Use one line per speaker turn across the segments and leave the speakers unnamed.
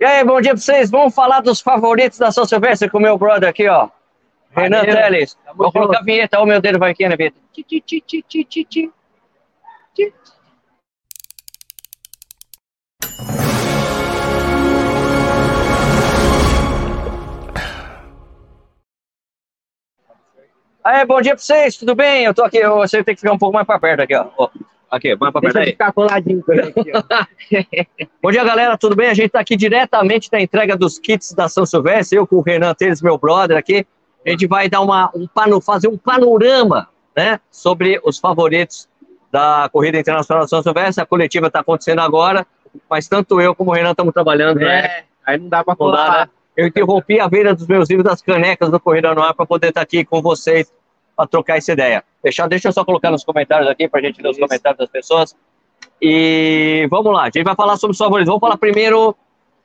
E aí, bom dia pra vocês. Vamos falar dos favoritos da São Silvestre com o meu brother aqui, ó. Renan
Maneiro.
Teles.
Tamo
Vou colocar
junto.
a vinheta. Ó, o meu dedo vai aqui na vinheta. Ti, ti, ti, ti, ti, ti, ti. Ti. Aí, bom dia pra vocês, tudo bem? Eu tô aqui, eu- você tem que ficar um pouco mais pra perto aqui, ó. Ó, Aqui, mais pra perto
Deixa eu
aí.
ficar coladinho com ele aqui, ó.
Bom dia, galera, tudo bem? A gente está aqui diretamente da entrega dos kits da São Silvestre, eu com o Renan Teles, meu brother aqui. A gente vai dar uma, um pano, fazer um panorama né, sobre os favoritos da Corrida Internacional da São Silvestre. A coletiva está acontecendo agora, mas tanto eu como o Renan estamos trabalhando. né?
É, aí não dá pra
Não dá,
colar.
né? Eu interrompi a beira dos meus livros das canecas do Corrida no Ar para poder estar aqui com vocês para trocar essa ideia. Deixa, deixa eu só colocar nos comentários aqui para a gente ler os
Isso.
comentários das pessoas. E vamos lá, a gente vai falar sobre os favoritos. Vamos falar primeiro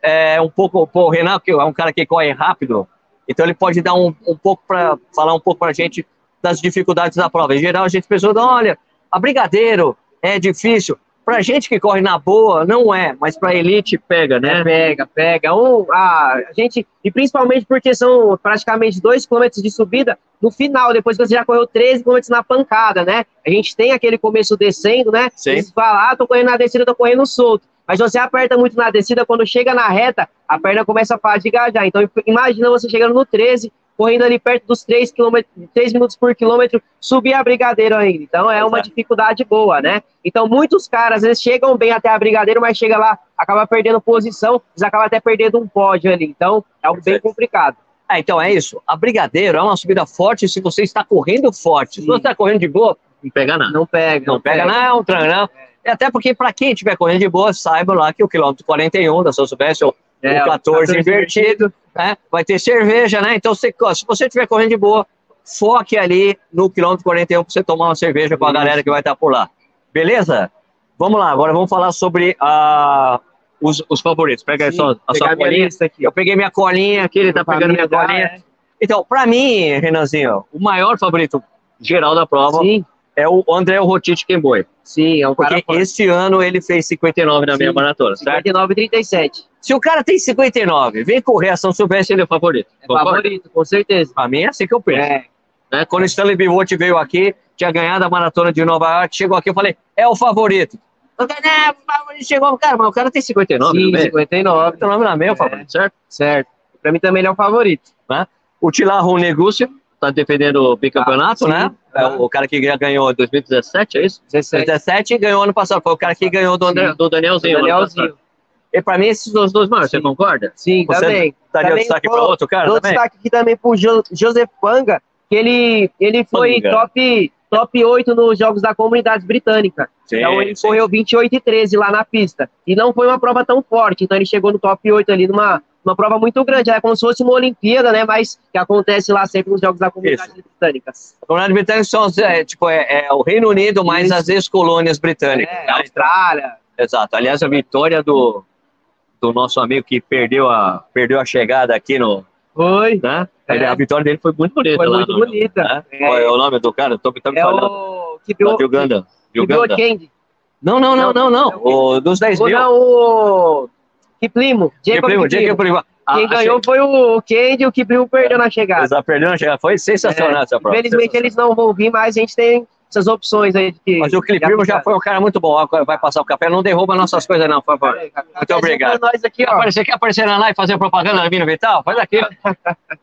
é, um pouco pô, o Renato, que é um cara que corre rápido, então ele pode dar um, um pouco para falar um pouco para a gente das dificuldades da prova. Em geral, a gente pensa, olha, a brigadeiro é difícil. Pra gente que corre na boa, não é, mas pra elite pega, né?
Pega, pega. Um, a, a gente, e principalmente porque são praticamente 2 km de subida no final, depois que você já correu 13 km na pancada, né? A gente tem aquele começo descendo, né?
Sim.
Você fala, ah, tô correndo na descida, tô correndo solto. Mas você aperta muito na descida, quando chega na reta, a perna começa a fadigar já. Então imagina você chegando no 13, correndo ali perto dos 3, km, 3 minutos por quilômetro, subir a brigadeiro ainda. Então é
Pois
uma
é.
dificuldade boa, né? Então, muitos caras, eles chegam bem até a Brigadeiro, mas chega lá, acaba perdendo posição, eles acabam até perdendo um pódio ali. Então, é algo bem
Perfeito.
complicado.
Ah, então é isso. A Brigadeiro é uma subida forte se você está correndo forte. Se
Sim.
você está correndo de boa, não pega nada.
Não pega. É.
Não pega não, tran, não. E até porque para quem estiver correndo de boa, saiba lá que o quilômetro 41 da São Silvestre, ou
É,
o 14
invertido.
invertido, né, vai ter cerveja, né? Então se, se você estiver correndo de boa, foque ali no quilômetro 41 para você tomar uma cerveja com a
Isso.
galera que vai estar por lá. Beleza? Vamos lá, agora vamos falar sobre ah, os, os favoritos. Pega aí
Sim,
só a
pegar
sua
minha
colinha.
lista aqui.
Eu peguei minha colinha aqui, ele tá
Pra
pegando
mim
minha
dá,
colinha.
é.
Então, pra mim, Renanzinho, o maior favorito geral da prova
Sim,
é o André Rotich Kemboi.
sim, é um
Porque
cara forte.
este ano ele fez 59 na
Sim,
minha maratona, certo?
59 e 37.
Se o cara tem 59, vem correr a São Silvestre, ele é o favorito.
É
Concorda?
favorito, com certeza.
Pra mim é assim que eu penso.
É,
né? Quando o Stanley Bivolt veio aqui, tinha ganhado a maratona de Nova York, chegou aqui, eu falei, é o favorito. Eu falei, "Não, o favorito chegou, cara, mas o cara tem 59,
sim,
não é?
59.
59 na minha, é.
É.
favorito, certo?
Certo. Pra mim também ele é o favorito.
O Tilarro Negúcio está defendendo o bicampeonato,
Ah, sim.
né? É
Ah.
o cara que ganhou em 2017, é isso?
17.
2017 e ganhou ano passado. Foi o cara que ganhou do, André,
Sim.
do Danielzinho. ano passado.
Danielzinho.
E pra mim, esses são os dois maiores, você
Sim.
concorda?
Sim, tá
Você
também.
Daria o
Também
destaque
vou-
para outro cara
Dou
também?
destaque aqui também pro jo Joseph Panga, que ele, ele foi
Panga.
top, top 8 nos Jogos da Comunidade Britânica.
Sim,
então ele
sim.
correu 28 e 13 lá na pista. E não foi uma prova tão forte, então ele chegou no top 8 ali numa uma prova muito grande. É como se fosse uma Olimpíada, né? Mas que acontece lá sempre nos Jogos da Comunidade Britânica.
A comunidade britânica são, os, é, tipo, é, é o Reino Unido mais
Isso.
as ex-colônias britânicas.
É,
né?
Austrália.
Exato. Aliás, a vitória do, do nosso amigo que perdeu a, perdeu a chegada aqui no.
Foi.
Né?
É.
Ele- A vitória dele foi muito bonita.
Foi
lá
muito
no-
bonita.
né? Qual é o nome do cara? Eu tô, tô me
É
falando.
o que
Lá de Uganda. De Uganda. Não, não, não, não, não. O dos 10
Ou
mil.
não, o Kiplimo.
Jacob
Jacob
Primo,
Kiplimo.
Jacob Primo. Ah,
Quem
achei-
ganhou foi o Candy e o Kibril perdeu na chegada. É,
Essa perdeu, já foi sensacional essa prova.
Infelizmente eles não vão vir, mas a gente tem essas opções aí. de que-
Mas o Clipe
de
Primo já
aplicar.
foi um cara muito bom. Agora Vai passar o café, não derruba nossas coisas, não, por favor.
Cafezinho
obrigado.
pra nós aqui,
Quer
ó.
aparecer, quer aparecer na live, fazer propaganda da Vino Vital? Faz aqui. ó.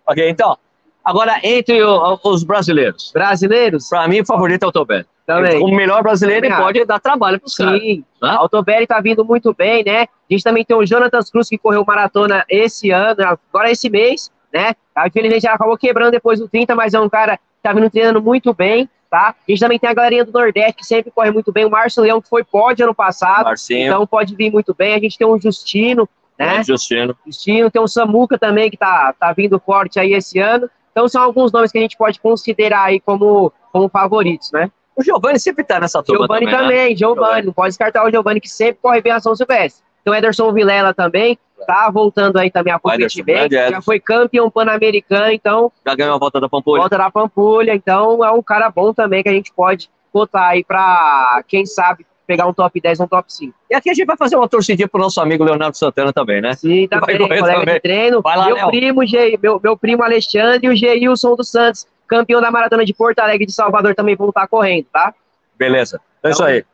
ok, então. Agora, entre o- os brasileiros.
Brasileiros
Pra mim, o favorito é o Tobé.
também.
O melhor brasileiro ele
Também
pode dar trabalho pros caras.
Sim.
Né?
Altobelli tá vindo muito bem, né? A gente também tem o Jonathan Cruz que correu maratona esse ano, agora esse mês, né? Tá, Infelizmente já acabou quebrando depois do 30, mas é um cara que tá vindo treinando muito bem, tá? A gente também tem a galerinha do Nordeste que sempre corre muito bem. O Márcio Leão, que foi pódio ano passado.
Marcinho,
Então pode vir muito bem. A gente tem o Justino, né?
né, Justino.
Justino, tem o Samuca também, que tá, tá vindo forte aí esse ano. Então são alguns nomes que a gente pode considerar aí como, como favoritos, né?
O Giovanni sempre tá nessa turma
Giovanni
também, né?
também,
Giovani.
Giovanni, não pode descartar o Giovanni, que sempre corre bem a São Silvestre. Então, Ederson Vilela também, tá voltando aí também a
Ederson,
competir bem.
grande Ederson.
Já foi campeão pan-americano, então,
Já ganhou a volta da Pampulha.
volta da Pampulha. Então, é um cara bom também que a gente pode botar aí pra, quem sabe, pegar um top 10 um top 5.
E aqui a gente vai fazer uma torcidinha pro nosso amigo Leonardo Santana também, né?
Sim, tá
Vai
bem,
correr
colega
também.
de treino.
Vai lá,
meu,
Léo.
primo, Ge- meu, meu primo Alexandre e o Geilson dos Santos, campeão da maratona de Porto Alegre e de Salvador, também vão estar correndo, tá?
Beleza. É isso aí.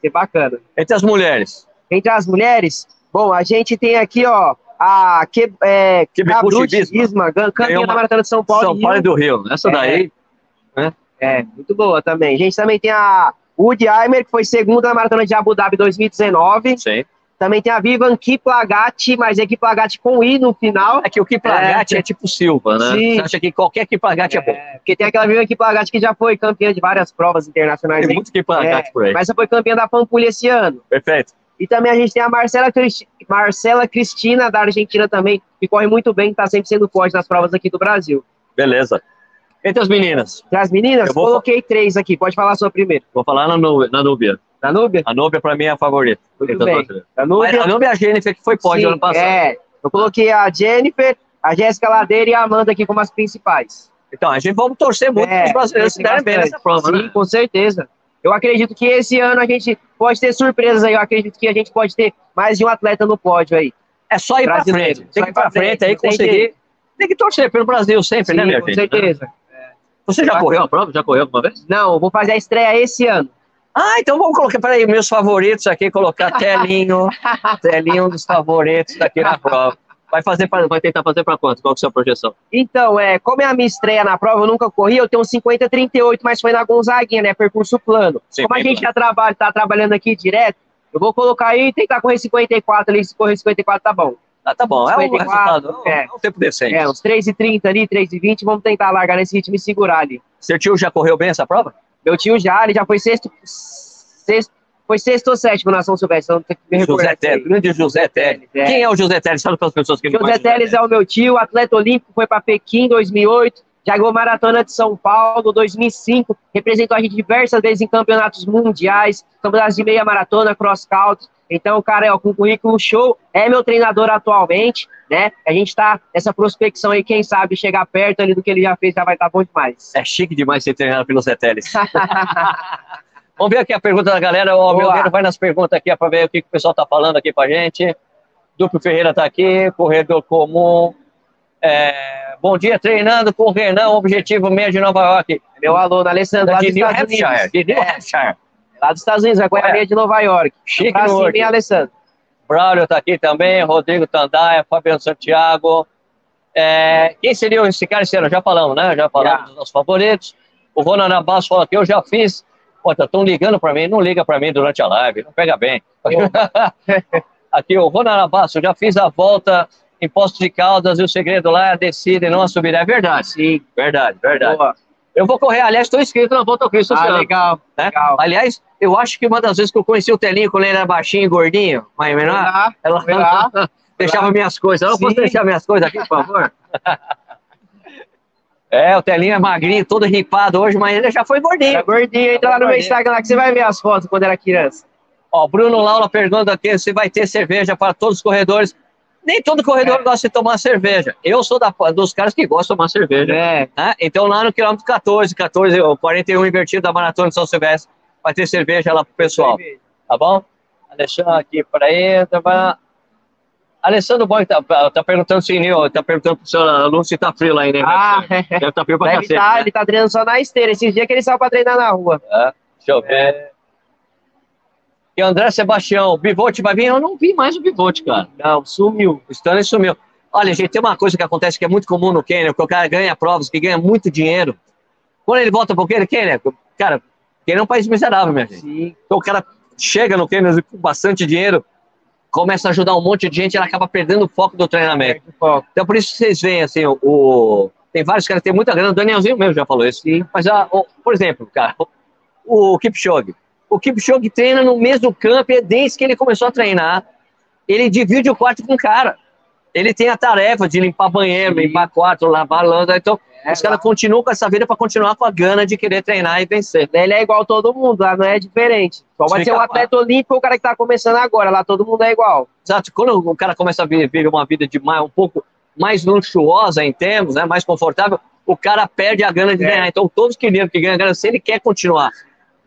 Que bacana.
Entre as mulheres.
Entre as mulheres, bom, a gente tem aqui, ó, a que, é,
Kebekus
Cabruti
Visma.
Visma, gan- campeã
Ganhou
da
uma-
maratona de São Paulo.
São
e
Paulo e
Rio.
do Rio. Essa
É.
daí.
É, muito boa também. A gente também tem a Woody Aimer, que foi segunda na maratona de Abu Dhabi 2019.
Sim.
Também tem a Vivian Kiplagat, mas é Kiplagat com I no final.
É que o Kiplagat é, tipo Silva, né?
Sim.
Você acha que qualquer Kiplagat é, bom.
Porque tem aquela Vivian Kiplagat que já foi campeã de várias provas internacionais.
Tem
aí.
muito Kiplagat
É,
por aí.
Mas ela foi campeã da Pampulha esse ano.
Perfeito.
E também a gente tem a Marcela, Cristi- Marcela Cristina, da Argentina também, que corre muito bem, tá sempre sendo forte nas provas aqui do Brasil.
Beleza. Entre as meninas.
E as meninas,
Eu vou-
coloquei três aqui, pode falar a sua primeira.
Vou falar na, Nu- na Núbia.
Danúbia?
A Núbia, pra mim, é a favorita.
Muito
Entre as
bem.
outras. Mas
Danúbia?
A Núbia é a Jennifer, que foi pódio
Sim,
ano passado.
É, eu coloquei a Jennifer, a Jéssica Ladeira e a Amanda aqui como as principais.
Então, a gente vai torcer muito para
é,
os brasileiros se darem bem
bastante.
nessa prova,
Sim,
né?
com certeza. Eu acredito que esse ano a gente pode ter surpresas aí, eu acredito que a gente pode ter mais de um atleta no pódio aí.
É só ir para
Brasileiro,
frente.
só
Tem que ir para frente aí,
não tem
conseguir. Tem que torcer pelo Brasil sempre, né,
Sim,
minha
com
filha?
certeza.
Você já
Bacana.
correu a prova? Já correu alguma vez?
Não, eu vou fazer a estreia esse ano.
Ah, então vamos colocar, peraí, meus favoritos aqui, colocar Telinho, Telinho um dos favoritos daqui na prova. Vai fazer pra, vai tentar fazer para quanto? Qual que é a sua projeção?
Então, é, como é a minha estreia na prova, eu nunca corri, eu tenho um 50-38, mas foi na Gonzaguinha, né? Percurso plano.
Sim,
como a
bem
gente já trabalha, tá trabalhando aqui direto, eu vou colocar aí e tentar correr 54 ali, se correr 54 tá bom.
Ah, tá bom, é um
54,
resultado, é, um-
é.
é um tempo decente.
É, uns 3h30 ali, 3h20, vamos tentar largar nesse ritmo e segurar ali.
Seu tio já correu bem essa prova?
Meu tio já, ele já foi sexto, sexto foi sexto ou sétimo na São Silvestre, eu não tenho que me recordar
José
disso aí.
Teles, grande José Teles.
Teles, é.
Quem é o José Teles? Fala para as pessoas que não
José
conhecem
Teles é o meu tio, atleta olímpico, foi para Pequim em 2008, já ganhou maratona de São Paulo 2005, representou a gente diversas vezes em campeonatos mundiais, campeonatos de meia maratona, cross country. Então, o cara é ó, com um currículo show, é meu treinador atualmente, né? A gente tá nessa prospecção aí, quem sabe chegar perto ali do que ele já fez já vai estar bom demais.
É chique demais ser treinado pelo Zé Teles. Vamos ver aqui a pergunta da galera. O
Boa.
Melgueiro vai nas perguntas aqui para ver o que, que o pessoal está falando aqui para gente. Duplo Ferreira está aqui, corredor comum. É, bom dia, treinando com o Renan, objetivo meia de Nova York.
Meu aluno, Alessandro, lá dos
de New
é Estados
Hampshire.
Unidos.
De New
É,
Hampshire.
lá dos Estados Unidos, vai correr a
É.
meia de Nova York.
Chique
pra
no
cima,
York.
hein, Alessandro?
Braulio está aqui também, Rodrigo Tandaia, Fabiano Santiago. É, quem seria esse cara esse ano? Já falamos, né? Já falamos
Já.
dos nossos favoritos. O Ronan Abbas fala que eu já fiz. Pô, estão ligando para mim, não liga para mim durante a live, não pega bem. aqui, o Ronan Abbas, eu já fiz a volta em Poços de Caldas e o segredo lá é descida e não a subida. É verdade,
Sim,
verdade, verdade.
boa.
Eu vou correr, aliás, estou inscrito na Volta ao Cristo. esse
Ah,
ano.
legal,
né?
legal.
Aliás, eu acho que uma das vezes que eu conheci o Telinho quando ele era baixinho e gordinho, mas menor,
Olá,
ela
Olá.
deixava minhas coisas. Eu não posso
Sim.
deixar minhas coisas aqui, por favor? É, o Telinho é magrinho, todo ripado hoje, mas ele já foi
Tá
gordinho.
gordinho, entra lá no meu Instagram lá que você vai ver as fotos quando era criança.
Ó, Bruno Laula pergunta aqui se vai ter cerveja para todos os corredores. Nem todo corredor
É.
gosta de tomar cerveja. Eu sou da, dos caras que gostam de tomar cerveja.
É,
né? Então, lá no quilômetro 14, 14, ou 41 invertido da Maratona de São Silvestre, vai ter cerveja lá pro pessoal. tá bom? Alexandre aqui para ele. Tá... Alessandro Boy tá, tá perguntando se Nil, tá perguntando pro seu aluno se tá frio lá aí, né?
Ah,
Deve tá frio pra
deve
cacete.
estar,
né? É,
ele tá treinando só na esteira. Esses dias que ele saiu pra treinar na rua.
Deixa eu ver.
É.
E André Sebastião, o Bivolt vai vir? Eu não vi mais o Bivolt, cara.
Não, sumiu.
O Stanley sumiu. Olha, gente, tem uma coisa que acontece que é muito comum no Quênia, que o cara ganha provas, que ganha muito dinheiro. Quando ele volta pro Quênia, Quênia, cara, Quênia é um país miserável, minha gente.
Sim,
Então o cara chega no Kennedy com bastante dinheiro, começa a ajudar um monte de gente, ele acaba perdendo o foco do treinamento.
perde o foco.
Então por isso que vocês veem assim, o, o- tem vários caras que têm muita grana, o Danielzinho mesmo já falou isso.
Sim.
Mas ah, o- por exemplo, cara, o, o Kipchoge. O Kipchoge treina no mesmo campo e é desde que ele começou a treinar, ele divide o quarto com o cara. Ele tem a tarefa de limpar banheiro,
Sim.
limpar quarto, lavar landa. Então,
É,
os caras continuam com essa vida para continuar com a gana de querer treinar e vencer.
Ele é igual todo mundo, lá não é diferente. Só vai ser
Fica
o atleta olímpico ou o cara que tá começando agora. Lá todo mundo é igual.
Exato. Quando o cara começa a vi- viver uma vida de mais, um pouco mais luxuosa em termos, né, mais confortável, o cara perde a gana de
É.
ganhar. Então, todos que ganham, que ganham, ganham, se ele quer continuar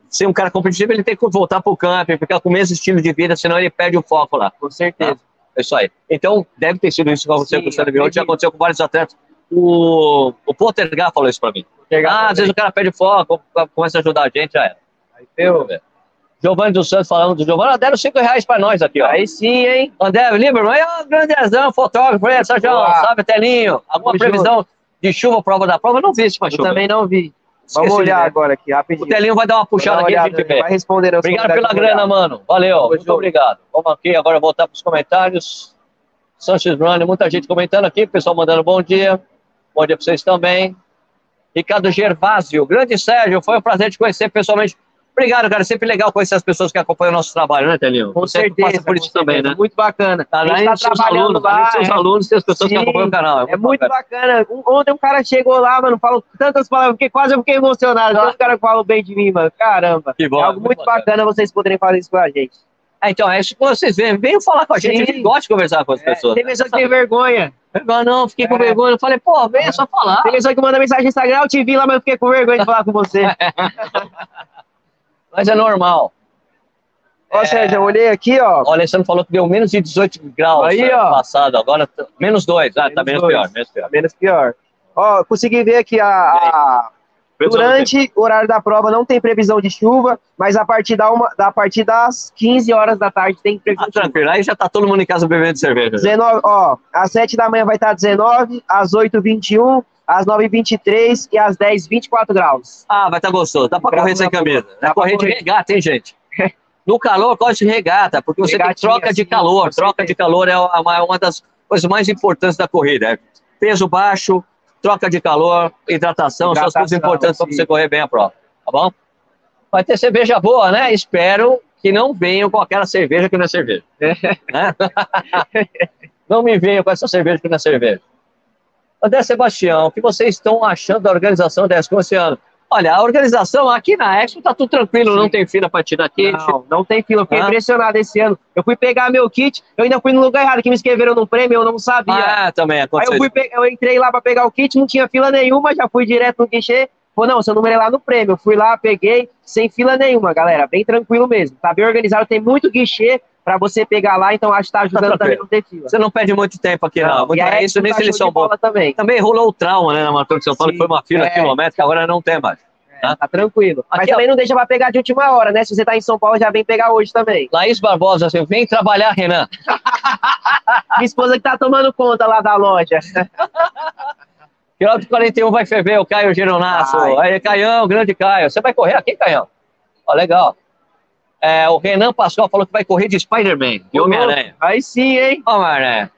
ser um cara competitivo, ele tem que voltar para o campo, ficar com o mesmo estilo de vida, senão ele perde o foco lá.
Com certeza.
Tá? É isso aí. Então, deve ter sido isso que aconteceu
Sim,
com o Stanley
acredito.
Miotti, já aconteceu com vários atletas. O, o Pottergar falou isso para mim.
Pegar
Ah, às vezes o cara perde foco, começa a ajudar a gente, já era.
Aí, deu.
Giovanni dos Santos falando do Giovanni, ah, deram 5 reais pra nós aqui, ó.
Aí sim, hein?
André é Lieberman, aí, ó, grandezão, um fotógrafo, aí, Sérgio,
Olá.
sabe, Telinho, alguma
Tamo
previsão de chuva, prova da prova? Eu Não vi se uma
Eu
chuva.
também não vi.
Esqueci
Vamos
de
olhar
ver.
agora aqui, rapidinho.
O Telinho vai dar uma
Vou dar
puxada
uma
aqui, a
olhada,
gente
vai
vê.
responder. aos
Obrigado pela
convidados, vamos olhar.
grana, mano. Valeu,
Tamo
muito
junto.
obrigado. Vamos aqui agora voltar pros comentários. Sanches Brani, muita gente comentando aqui, pessoal mandando bom dia. Bom dia pra vocês também. Ricardo Gervásio, grande Sérgio, foi um prazer te conhecer pessoalmente. Obrigado, cara. Sempre legal conhecer as pessoas que acompanham o nosso trabalho, né, Telinho?
Com
Você
certeza.
passa por isso
com
também,
certeza.
né?
Muito bacana. A gente
Além
tá
dos seus
trabalhando
alunos,
lá,
além dos seus
é.
alunos e as pessoas
Sim,
que acompanham o canal.
É muito
bacana.
bacana. Um- Ontem um cara chegou lá, mano, falou tantas palavras, que quase eu fiquei emocionado. Tanto cara que falou bem de mim, mano. Caramba.
Tá. Que bom,
é algo
muito
muito bacana. vocês poderem fazer isso com a gente.
Ah, então, é isso que vocês veem. Venham falar com a gente.
Sim. É,
A gente gosta de conversar com as pessoas.
Tem
né?
pessoa que tem vergonha.
Agora não, fiquei com
É.
vergonha. Eu falei, pô, vem, é só falar.
Tem pessoa que manda mensagem no Instagram, eu te vi lá, mas eu fiquei com vergonha de falar com você.
É. Mas é normal.
Ó, Sérgio, eu olhei aqui, ó.
Ó, O Alessandro falou que deu menos de 18 graus
Aí,
né,
ó.
passado. Agora, t- menos 2. Ah, tá
Menos
menos
dois.
pior, menos pior.
Menos pior. Ó, consegui ver aqui a- a Durante o horário da prova não tem previsão de chuva, mas a partir, da uma, da a partir das 15 horas da tarde tem previsão
Ah,
de chuva.
tranquilo. Aí já tá todo mundo em casa bebendo cerveja.
19, ó, às 7 da manhã vai estar 19, às 8, 21, às 9, 23 e às 10, 24 graus.
Ah, vai estar gostoso. Dá pra
Graças
correr sem
a Deus.
camisa.
Dá
Dá
pra
correr de
correr.
regata, hein, gente? No calor, gosto de regata, porque você tem
Regatinha,
troca de
sim,
calor.
com
Troca de
certeza.
calor é uma, uma das coisas mais importantes da corrida. é Peso baixo, troca de calor, hidratação, são as coisas
Hidratação,
importantes para
sim.
você correr bem a prova, tá bom? Vai ter cerveja boa, né? Espero que não venham com aquela cerveja que não é cerveja. Né? não me venham com essa cerveja que não é cerveja. André Sebastião, o que vocês estão achando da organização da Expo esse ano? Olha, a organização aqui na Expo tá tudo tranquilo,
Sim.
não tem fila para tirar quente.
Não, não tem fila, eu fiquei
Ah.
impressionado esse ano. Eu fui pegar meu kit, eu ainda fui no lugar errado, que me inscreveram no prêmio, eu não sabia.
Ah, também
Aí
aconteceu.
eu, fui
isso.
pe- eu entrei lá pra pegar o kit, não tinha fila nenhuma, já fui direto no guichê. Falei, não, seu número é lá no prêmio. Eu fui lá, peguei, sem fila nenhuma, galera. Bem tranquilo mesmo. Tá bem organizado, tem muito guichê pra você pegar lá, então acho que tá ajudando também
tranquilo.
não ter fila.
Você não perde muito tempo aqui, não. Muito
E a
é isso,
Expo
nem
tá
se eles
show
são
de
bons.
bola também.
Também rolou o trauma, né, na Maratona de São Paulo, que
Sim.
foi uma fila
É.
quilométrica, agora não tem mais. Tá?
Tá, tranquilo. Mas
Aqui, é ó.
também não deixa pra pegar de última hora, né? Se você tá em São Paulo, já vem pegar hoje também.
Laís Barbosa, assim, vem trabalhar, Renan. Ah.
Minha esposa que tá tomando conta lá da loja.
Quilômetro 41 vai ferver o Caio Geronasso.
Vai.
Aí, Caião, grande Caio. Você vai correr aqui, Caião? Ó, legal. É, o Renan Pascoal falou que vai correr de Spider-Man, de Homem-Aranha.
Aí sim, hein?
Ó, Homem-Aranha.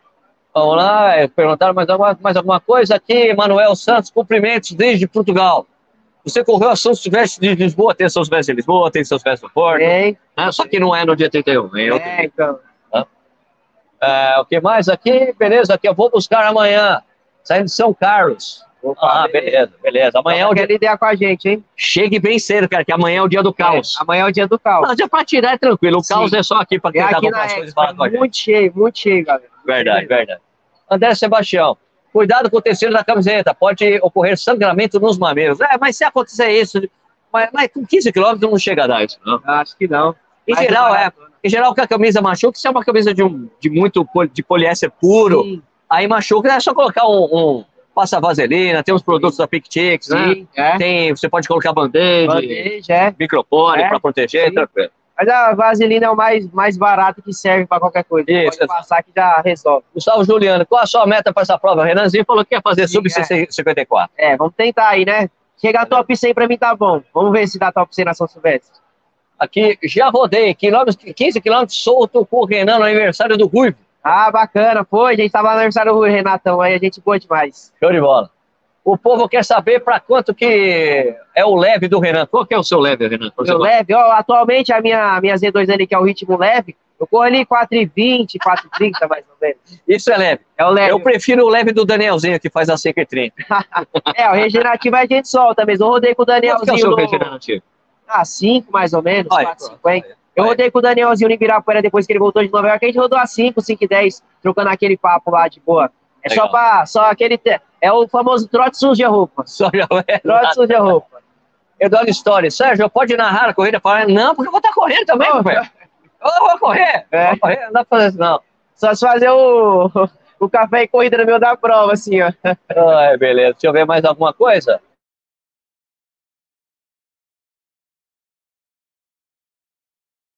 Vamos lá, é, perguntaram mais alguma, mais alguma coisa aqui. Manuel Santos, cumprimentos desde Portugal. Você correu a São Silvestre de Lisboa, tem São Silvestre de Lisboa, tem São Silvestre do Porto.
Hein?
né? Só que não é no dia 31, é outro dia.
É, então.
É, o que mais aqui? Beleza, aqui eu vou buscar amanhã. Saindo de São Carlos.
Opa, Então,
Ah, beleza, beleza. Amanhã é o dia.
Quero ideia com a gente, hein?
Chegue bem cedo, cara, que amanhã é o dia do caos.
É, amanhã é o dia do caos.
Não, já pra tirar é tranquilo. O
Sim.
caos é só aqui pra
É
quem tá
aqui
comprando
na
as coisas e
Expo,
falar com a gente.
muito cheio, muito cheio, galera.
Verdade, verdade. André Sebastião, cuidado com o tecido da camiseta. Pode ocorrer sangramento nos mamilos. É, mas se acontecer isso, mas, mas com 15 quilômetros não chega a dar isso, não.
Acho que não.
Em
Mais
geral,
uma
é.
maratona.
Em geral, que a camisa machuca, se é uma camisa de, um, de muito pol- de poliéster puro,
Sim,
Aí machuca, é só colocar um, um passa vaselina, tem os produtos da PicTix, né?
sim, é.
Tem, você pode colocar band-aid,
Bandeja, é.
micropone
É.
para proteger,
Sim.
tranquilo.
Mas a vaselina é o mais, mais barato que serve pra qualquer coisa.
Isso,
Pode passar que já resolve.
Gustavo Juliano, qual a sua meta para essa prova? Renanzinho falou que ia fazer
Sim,
sub 54.
É, vamos tentar aí, né? Chegar top 100 pra mim tá bom. Vamos ver se dá top 100 na São Silvestre.
Aqui, já rodei, quilômetros, 15 quilômetros solto com o Renan no aniversário do Ruivo.
Ah, bacana. Foi, a gente tava no aniversário do Renatão aí, a gente boa demais.
Show de bola. O povo quer saber para quanto que é o leve do Renan. Qual que é o seu leve, Renan? Por
Meu
exemplo?
leve, ó, atualmente a minha, minha Z2N, que é o ritmo leve, eu corro ali 4,20, 4,30 mais ou menos.
Isso é leve.
É o leve.
Eu prefiro o leve do Danielzinho, que faz a seca e 30.
É, o regenerativo a gente solta mesmo. Eu rodei com o
Qual que é o
Danielzinho.
seu
no-
regenerativo?
Ah, 5 mais ou menos,
Olha,
4,50.
pronto.
Eu
Olha.
rodei com o Danielzinho no Ibirapuera depois que ele voltou de Nova York. A gente rodou a 5, 5 e 10, trocando aquele papo lá de boa. É
Legal.
só pra. Só aquele. te- É o famoso trote suja roupa.
Só já é.
Trote suja roupa.
Eduardo Story, Sérgio, pode narrar a corrida? Para... Não, porque eu vou estar correndo também, meu velho. Eu vou correr.
É.
Vou correr, não dá pra fazer isso, não.
Só se fazer o, o café e corrida no meio da prova, assim, ó.
Ai, Ah, é, beleza. Deixa eu ver mais alguma coisa.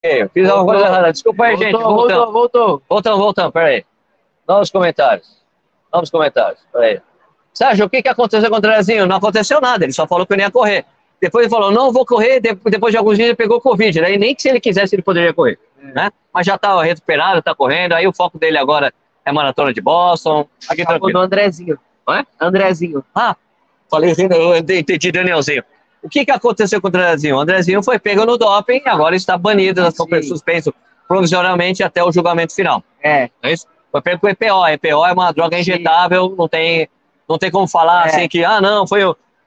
Ok, eu fiz alguma coisa
Voltou.
errada. Desculpa aí, gente.
voltou,
Voltamos,
voltou, voltou.
voltamos, voltamos. Peraí. Novos comentários. Novos comentários. Peraí. Sérgio, o que, que aconteceu com o Andrezinho? Não aconteceu nada. Ele só falou que ele ia correr. Depois ele falou, não vou correr. De- Depois de alguns dias ele pegou Covid. Né? E nem que se ele quisesse ele poderia correr. Né? Mas já tá recuperado, tá correndo. Aí o foco dele agora é maratona de Boston. Tá Aqui
Acabou
tranquilo.
do Tá Andrezinho.
Hã?
Andrezinho.
Ah, Falei, eu entendi Danielzinho. O que, que aconteceu com o Andrezinho? O Andrezinho foi pego no doping e agora está banido,
Ah,
foi
sim.
suspenso provisoriamente até o julgamento final.
É.
Não é isso? Foi pego com EPO. EPO é uma droga
Sim.
injetável, não tem, não tem como falar
É.
assim que, ah, não, foi,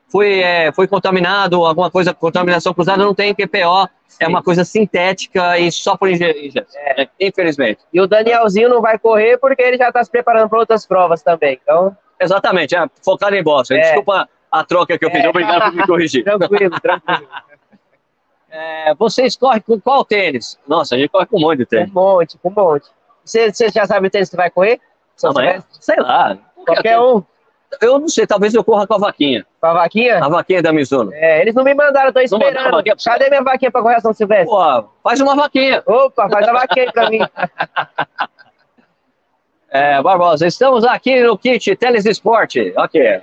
foi, é, foi contaminado, alguma coisa, contaminação cruzada, não tem, porque EPO é uma coisa sintética e só por inje- injeção.
É.
né? Infelizmente.
E o Danielzinho não vai correr porque ele já tá se preparando para outras provas também. Então,
Exatamente, é, focado em Boston.
É.
Desculpa a troca que eu fiz,
É.
obrigado por me corrigir.
tranquilo, tranquilo.
É, vocês correm com qual tênis? Nossa, a gente corre com um monte de
Um
tênis.
monte, um monte. Você, você já sabe o tênis que vai correr? Só
Amanhã?
você
Sei lá.
vai- Qualquer um.
Eu- Eu não sei, talvez eu corra com a vaquinha.
Com a vaquinha?
A vaquinha da Mizuno.
É, eles não me mandaram, tô
Não mandaram a
esperando.
vaquinha pra você?
Cadê minha vaquinha pra correr São Silvestre?
Pô, faz uma vaquinha.
Opa, faz a vaquinha aí pra mim.
É, Barbosa, estamos aqui no kit Teles Esporte. Ok.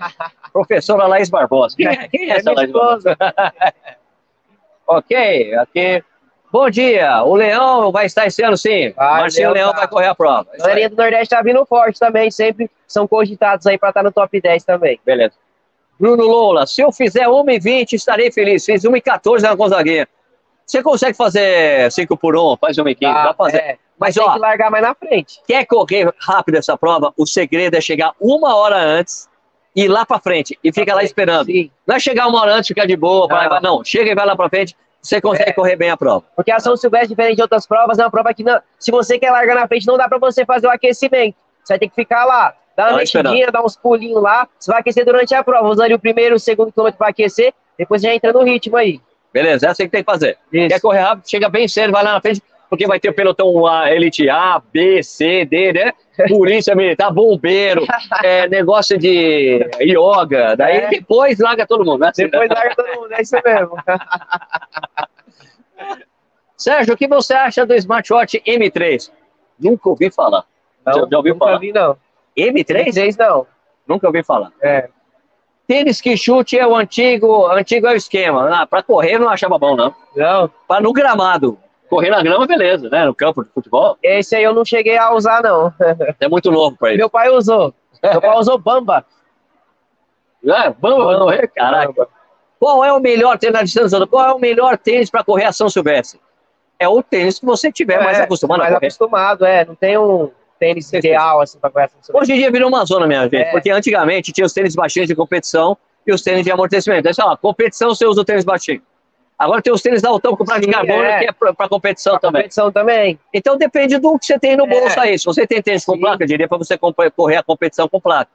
Professora Laís Barbosa. Quem é, quem é
É
essa
minha
Laís Barbosa?
esposa.
Ok, aqui. Bom dia, o Leão vai estar esse ano sim.
Vai,
Marcinho
Leão
Leão
tá.
vai correr a prova.
A galerinha do Nordeste tá vindo forte também, sempre são cogitados aí pra estar no top 10 também.
Beleza. Bruno Lola, se eu fizer 1,20 estarei feliz. Fiz 1,14 na Gonzaguinha. Você consegue fazer 5 por 1, faz 1,15, dá pra fazer.
é,
Mas
tem
ó,
que largar mais na frente.
quer correr rápido essa prova? O segredo é chegar uma hora antes e ir lá pra frente e fica lá esperando.
Sim.
Não é chegar uma hora antes, ficar de boa, vai,
Não.
vai, não. Chega e vai lá pra frente, você consegue
É.
correr bem a prova.
Porque a São Silvestre, diferente de outras provas, é uma prova que não, se você quer largar na frente, não dá pra você fazer o aquecimento. Você vai ter que ficar lá, dar uma
Vai esperando.
mexidinha, dar uns pulinhos lá. Você vai aquecer durante a prova, usando o primeiro, o segundo quilômetro pra aquecer, depois você já entra no ritmo aí.
Beleza, essa é o que tem que fazer. Quer
Isso.
correr rápido, chega bem cedo, vai lá na frente, porque vai ter o pelotão A, Elite A, B, C, D, né? Polícia Militar, bombeiro, é, negócio de yoga. Daí
É.
depois larga todo mundo. Né?
Depois larga todo mundo, é isso mesmo.
Sérgio, o que você acha do smartwatch M3? Nunca ouvi falar. Já- já ouviu
nunca
falar?
vi, não.
M3?
Três não.
Nunca ouvi falar.
É.
Tênis que chute é o antigo, antigo é o esquema. Ah, pra correr eu não achava bom, não.
Não.
Pra no gramado. Correr na grama, beleza, né? No campo de futebol,
Esse aí eu não cheguei a usar, não.
é muito novo pra ele.
Meu pai usou. Meu pai usou Bamba.
Ah, vamos vamos correr? Caraca. Qual é o melhor tênis na distância? Sandro? Qual é o melhor tênis para correr a São Silvestre? É o tênis que você tiver mais acostumado
É, mais
a correr.
acostumado, é. Não tem um tênis ideal, assim, pra conversar sobre
Hoje em dia virou uma zona, minha gente,
É.
porque antigamente tinha os tênis baixinhos de competição e os tênis de amortecimento. Aí, sei lá, competição você usa o tênis baixinho. Agora tem os tênis altão com placa de
Sim,
carbono,
é.
que é para competição também.
competição também.
Então depende do que você tem no
É.
bolso aí. Se você tem tênis com
Sim.
placa, eu diria para você compa- correr a competição com placa.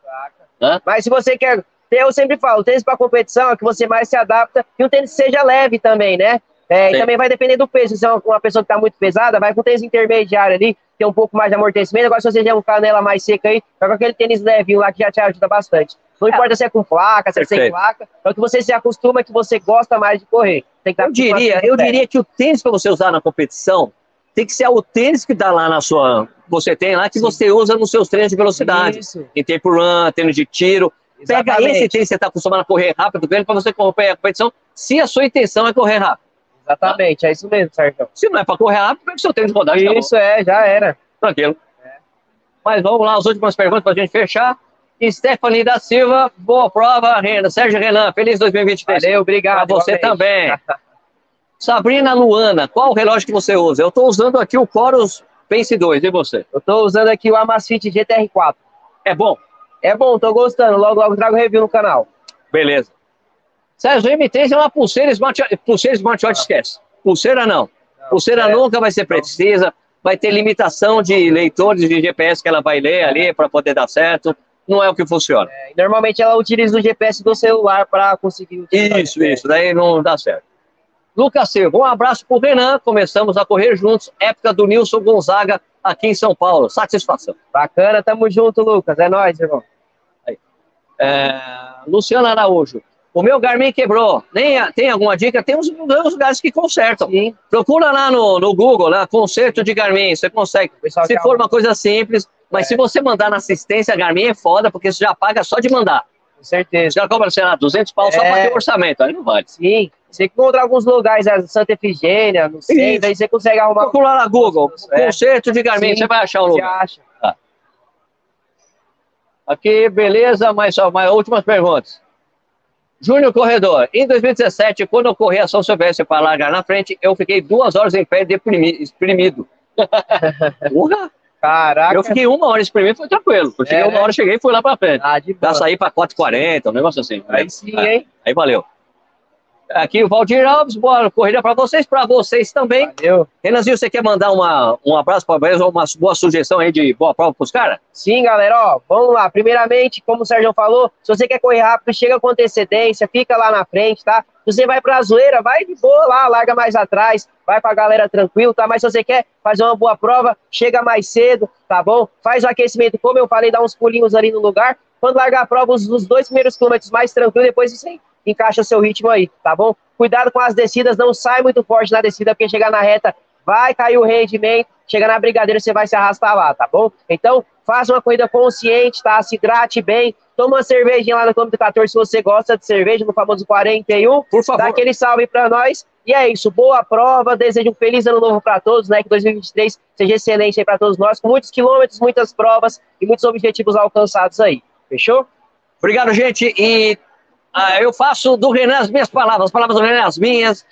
Mas se você quer. Eu sempre falo, o tênis pra competição é o que você mais se adapta e o tênis seja leve também, né? É, e
Sim.
também vai depender do peso. Se é uma- uma pessoa que tá muito pesada, vai com tênis intermediário ali, tem um pouco mais de amortecimento. Agora, se você já é um canela mais seca aí, vai com aquele tênis levinho lá que já te ajuda bastante. Não importa se é com placa, se é sem
Perfeito.
placa, é o que você se acostuma, que você gosta mais de correr. Tem que estar
Eu diria, eu diria que o tênis para você usar na competição tem que ser o tênis que dá lá na sua. Você tem lá, que
Sim.
você usa nos seus treinos de velocidade.
Isso,
Em tempo run, tênis de tiro. Pega
exatamente,
esse tipo. tênis que você está acostumado a correr rápido com ele para você correr a competição, se a sua intenção é correr rápido.
Exatamente, é isso mesmo, Sérgio.
Se não é para correr rápido, pega o seu tênis de rodagem. tá bom.
Isso é, já era.
Tranquilo. Mas vamos lá, as últimas perguntas para a gente fechar. Stephanie da Silva, boa prova, Renan. Sérgio Renan, feliz 2023.
Valeu, obrigado.
Para você
igualmente.
também. Sabrina Luana, qual o relógio que você usa? Eu estou usando aqui o Chorus Pace 2, e você?
Eu tô usando aqui o Amazfit GTR4.
É bom?
É bom, tô gostando. Logo, logo trago review no canal.
Beleza. Sérgio, o M3 é uma pulseira smartwatch, pulseira smartwatch esquece. Pulseira não. Pulseira
é,
nunca vai ser precisa, vai ter limitação de leitores de GPS que ela vai ler ali para poder dar certo. não é o que funciona.
É, Normalmente ela utiliza o GPS do celular para conseguir. o tratamento.
Isso, isso, daí não dá certo. Lucas Silva, um abraço pro Renan. Começamos a correr juntos, época do Nilson Gonzaga aqui em São Paulo. Satisfação.
Bacana, tamo junto, Lucas. É nóis, irmão.
É, Luciano Araújo, o meu Garmin quebrou. Nem a- tem alguma dica? Tem uns, uns lugares que consertam.
Sim,
Procura lá no, no Google, lá, conserto de Garmin, você consegue.
pessoal.
Se
que um
for uma coisa simples, mas
É.
se você mandar na assistência, Garmin é foda, porque você já paga só de mandar.
Com certeza.
Os caras cobram, sei lá, 200 pau só
É.
para ter o orçamento, aí não vale.
Sim. Você encontra alguns lugares, né, Santa Efigênia, não sei,
Isso.
daí você consegue arrumar um o que
Procura lá no Google,
É.
conserto de Garmin,
Sim.
você vai achar o
você
um lugar.
acha.
Aqui, beleza, mas só mais últimas perguntas. Júnior Corredor, em 2017, quando eu corri a São Silvestre para largar na frente, eu fiquei duas horas em pé deprimi- exprimido. Porra,
Caraca.
eu fiquei uma hora exprimido, foi tranquilo. Eu cheguei
É,
uma
né?
hora, cheguei e fui lá para frente.
Ah, de
Já
boa.
saí para 4h40, um negócio assim. Aí,
Aí sim, hein?
aí valeu. Aqui o Valdir Alves, boa corrida para vocês, para vocês também.
Valeu.
Renanzinho, você quer mandar uma, um abraço para vocês ou uma boa sugestão aí de boa prova para os caras?
Sim, galera, ó, vamos lá. Primeiramente, como o Sérgio falou, se você quer correr rápido, chega com antecedência, fica lá na frente, tá? Se você vai pra zoeira, vai de boa lá, larga mais atrás, vai pra galera tranquilo, tá? Mas se você quer fazer uma boa prova, chega mais cedo, tá bom? Faz o aquecimento, como eu falei, dá uns pulinhos ali no lugar. Quando largar a prova, os, os dois primeiros quilômetros mais tranquilo, depois você encaixa o seu ritmo aí, tá bom? Cuidado com as descidas, não sai muito forte na descida, porque chegar na reta vai cair o rendimento, chega na brigadeira, você vai se arrastar lá, tá bom? Então, faça uma corrida consciente, tá? Se hidrate bem, toma uma cervejinha lá no quilômetro 14, se você gosta de cerveja, no famoso 41,
Por favor.
dá aquele salve pra nós, e é isso, boa prova, desejo um feliz ano novo pra todos, né, que 2023 seja excelente aí pra todos nós, com muitos quilômetros, muitas provas e muitos objetivos alcançados aí, fechou?
Obrigado, gente. E ah, eu faço do Renan as minhas palavras, as palavras do Renan as minhas.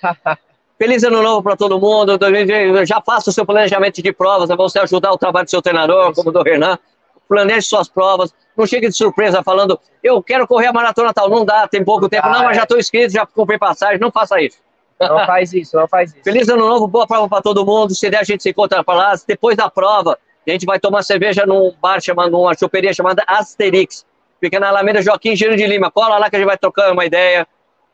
Feliz ano novo para todo mundo. 2020, Já faça o seu planejamento de provas, é você ajudar o trabalho do seu treinador, como do Renan. Planeje suas provas. Não chegue de surpresa falando, eu quero correr a maratona tal. Não dá, tem pouco tempo.
dá,
Não, mas já estou inscrito, já comprei passagem. Não faça isso.
Não faz isso, não faz isso.
Feliz ano novo, boa prova para todo mundo. Se der, a gente se encontra para lá. Depois da prova, a gente vai tomar cerveja num bar chamado, numa choperia chamada Asterix. Fica na Alameda Joaquim Giro de Lima. Cola lá que a gente vai trocar uma ideia,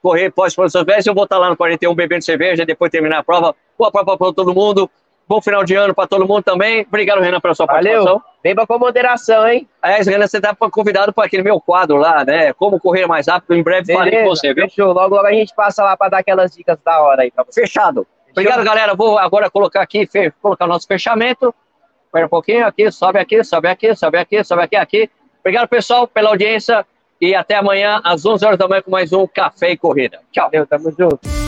correr pós produção Eu vou estar lá no 41 bebendo cerveja, depois terminar a prova. Boa prova para todo mundo. Bom final de ano para todo mundo também. Obrigado, Renan, pela sua
Valeu.
participação.
Beba com moderação, hein?
Aliás, Renan, você está convidado para aquele meu quadro lá, né? Como correr mais rápido. Em breve falei com
Beleza,
você, viu?
Fechou, logo, logo a gente passa lá pra dar aquelas dicas da hora aí pra você.
Fechado. Obrigado, galera. Vou agora colocar aqui, fe- colocar o nosso fechamento. Espera um pouquinho, aqui, sobe aqui, sobe aqui, sobe aqui, sobe aqui, aqui. Obrigado, pessoal, pela audiência. E até amanhã, às 11 horas da manhã, com mais um Café e Corrida. Tchau.
Valeu, tamo junto.